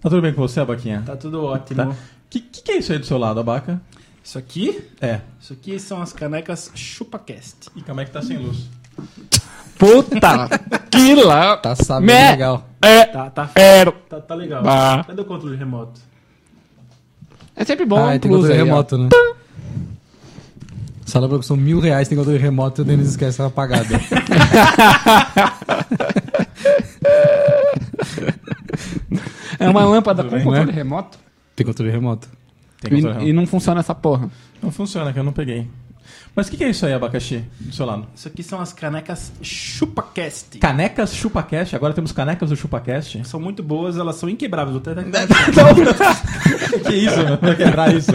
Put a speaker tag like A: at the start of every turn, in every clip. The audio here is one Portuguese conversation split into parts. A: Tá tudo bem com você, Abaquinha?
B: Tá tudo ótimo.
A: Tá. Que, que que é isso aí do seu lado, Abaca?
B: Isso aqui?
A: É.
B: Isso aqui são as canecas ChupaCast.
A: E como é que tá sem luz?
C: Puta que lá.
D: Tá sabendo
C: Me-
D: legal.
C: É.
B: Tá, tá,
C: Quero.
B: tá, tá legal.
C: Bah.
B: Cadê o controle remoto?
C: É sempre bom
D: Ah,
C: um
D: e tem
C: plus
D: controle
C: aí, ó.
D: remoto, né? Sala pra produção mil reais, tem controle remoto e o Denis esquece que tava apagado.
C: É uma lâmpada com
A: Tudo bem.
C: controle remoto.
D: tem controle remoto.
A: Tem
C: E,
A: controle remoto.
C: e não funciona essa porra.
A: Não funciona, que eu não peguei. Mas o que, que é isso aí, abacaxi, do seu lado?
B: Isso aqui são as canecas ChupaCast.
D: Tá.
A: Canecas ChupaCast? Agora temos canecas do ChupaCast?
B: São muito boas, elas são inquebráveis. Vou até-
D: Tá.
A: que isso, meu? Vai quebrar isso.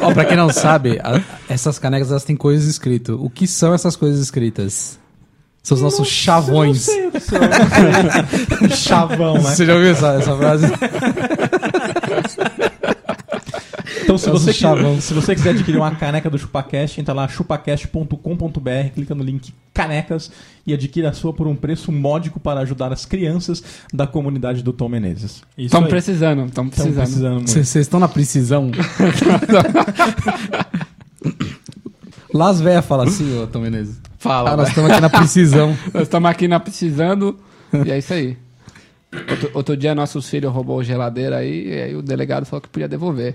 D: Ó, pra quem não sabe, a- essas canecas elas têm coisas escritas. O que são essas coisas escritas? São os nossos chavões.
A: Chavão, né?
D: Você já ouviu essa, essa frase?
A: Então, se
D: É o
A: você,
D: chavão.
A: quiser, se você quiser adquirir uma caneca do ChupaCast, entra lá chupacast.com.br, clica no link canecas e adquira a sua por um preço módico para ajudar as crianças da comunidade do Tom Menezes.
B: Isso
C: Estamos
B: aí.
C: precisando, estamos
A: Estão
C: precisando.
A: precisando muito.
D: Vocês estão na precisão? Las Vegas fala assim, ô Tom Menezes.
C: Fala.
D: Ah, nós estamos aqui na precisão.
C: Nós estamos aqui na precisando e é isso aí. Outro, outro dia nossos filhos roubou geladeira aí, e aí o delegado falou que podia devolver.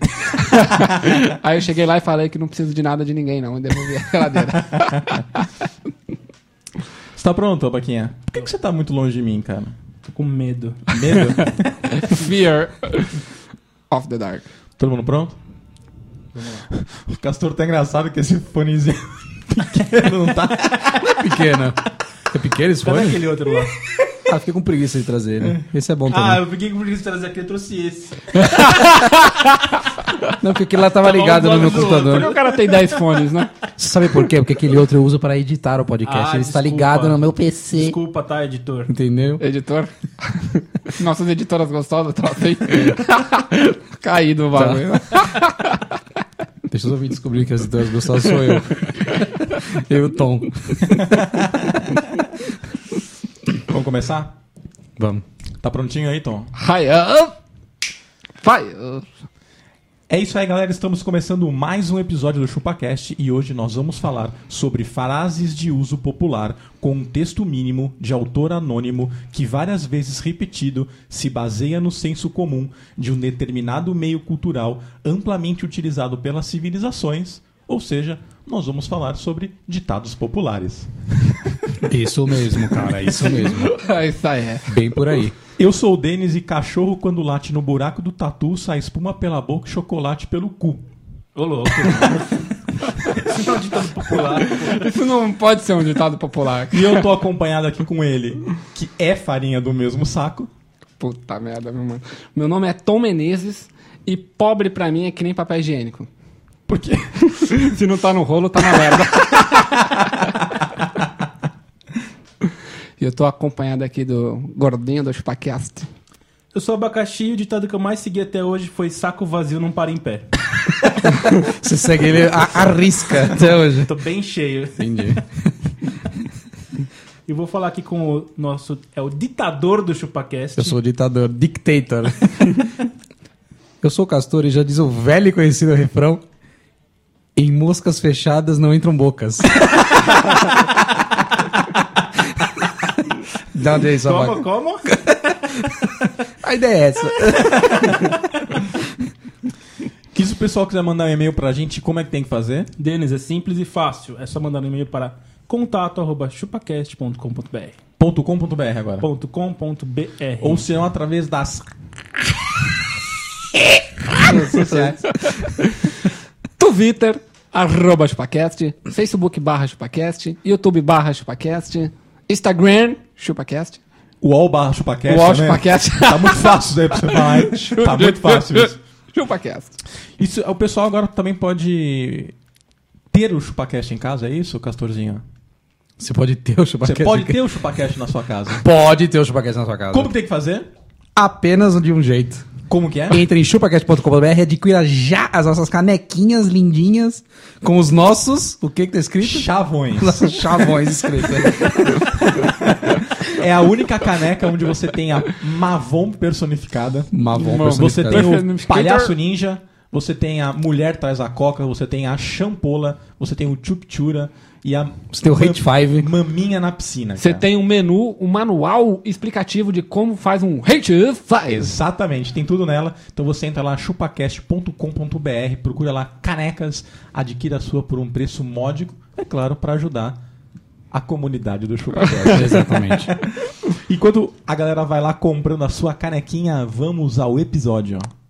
C: aí eu cheguei lá e falei que não preciso de nada de ninguém, não, e devolvi a geladeira.
A: Você tá pronto, Abaquinha? Por que, que você tá muito longe de mim, cara?
B: Tô com medo.
A: Medo?
C: Fear of the dark.
A: Todo mundo pronto? O Castor tá engraçado que esse fonezinho pequeno não tá.
D: Pequena. É pequeno esse
B: Cadê
D: fone?
B: aquele outro lá?
D: Ah, fiquei com preguiça de trazer ele. Esse é bom também.
B: ah, eu fiquei com preguiça de trazer aqui, eu trouxe esse.
D: Não, porque aquele lá tava
B: Tava
D: ligado
B: um
D: no
B: do lado
D: meu
B: do
D: computador.
C: Porque o cara tem 10 fones, né?
D: Você sabe por quê? Porque aquele outro eu uso pra editar o podcast.
B: Ah,
D: ele está
B: desculpa.
D: ligado no meu PC.
B: Desculpa, tá, editor?
D: Entendeu?
C: Editor. Nossas editoras gostosas, tá bem. Caído o bagulho.
D: Tá. Deixa eu ouvir descobrir que as duas gostaram sou eu. eu e o Tom.
A: Vamos começar?
D: Vamos.
A: Tá prontinho aí, Tom?
C: High uh, up. uh. Fire.
A: É isso aí, galera. Estamos começando mais um episódio do ChupaCast e hoje nós vamos falar sobre frases de uso popular com um texto mínimo de autor anônimo que várias vezes repetido se baseia no senso comum de um determinado meio cultural amplamente utilizado pelas civilizações, ou seja, nós vamos falar sobre ditados populares.
D: Isso mesmo, cara. Isso mesmo.
C: Isso aí é.
D: Bem por aí.
A: Eu sou o Denis e cachorro quando late no buraco do tatu sai espuma pela boca e chocolate pelo cu.
B: Ô, louco. Isso não é um ditado popular.
C: Isso não pode ser um ditado popular.
A: E eu tô acompanhado aqui com ele, que é farinha do mesmo saco.
C: Puta merda, meu mano. Meu nome é Tom Menezes e pobre pra mim é que nem papel higiênico.
A: Porque
C: Se não tá no rolo, tá na merda. E eu tô acompanhado aqui do gordinho do Chupacast.
B: Eu sou abacaxi e o ditado que eu mais segui até hoje foi saco vazio não para em pé.
D: Você segue ele a, arrisca até hoje.
B: Tô bem cheio.
D: Entendi.
B: E vou falar aqui com o nosso. É o ditador do ChupaCast.
D: Eu sou o ditador. Dictator. Eu sou o Castor e já diz o velho e conhecido refrão. Em moscas fechadas não entram bocas. Dá onde é isso,
B: Como,
D: Abaca?
B: como?
D: A ideia é essa.
A: que se o pessoal quiser mandar um e-mail pra gente, como é que tem que fazer?
B: Denis, é simples e fácil. É só mandar um e-mail para contato.chupacast.com.br.
A: .com.br agora.
B: Ponto .com.br.
A: Ou se não, através das... é.
C: Twitter, arroba Chupacast, Facebook barra Chupacast, YouTube barra Chupacast, Instagram Chupacast,
A: UOL barra chupacast,
C: Wall
A: né?
C: Chupacast,
A: Tá muito fácil isso aí pra você falar, hein? Tá muito fácil isso.
C: Chupacast.
A: isso. O pessoal agora também pode ter o chupacast em casa, é isso, Castorzinho?
D: Você pode ter o chupacast.
A: Você pode ter o chupacast na sua casa.
D: Pode ter o chupacast na sua casa.
A: Como que tem que fazer?
D: Apenas de um jeito.
A: Como que é?
D: Entre em chupacast.com.br e adquira já as nossas canequinhas lindinhas com os nossos. O que que tá escrito?
A: Chavões.
D: Os nossos chavões escritos.
A: É a única caneca onde você tem a Mavon personificada.
D: Mavon
A: Você
D: personificado.
A: tem um o
C: Personificator.
A: Palhaço Ninja, você tem a Mulher Traz a Coca, você tem a Champola, você tem o Chupchura e a
D: Você tem o Hate Five.
A: Maminha na Piscina.
C: Você
A: cara.
C: tem um menu, um manual explicativo de como faz um hate faz.
A: Exatamente, tem tudo nela. Então você entra lá chupacast.com.br, procura lá canecas, adquira a sua por um preço módico, é claro, para ajudar a comunidade do Chupacast.
D: Exatamente.
A: Enquanto a galera vai lá comprando a sua canequinha, vamos ao episódio. ó.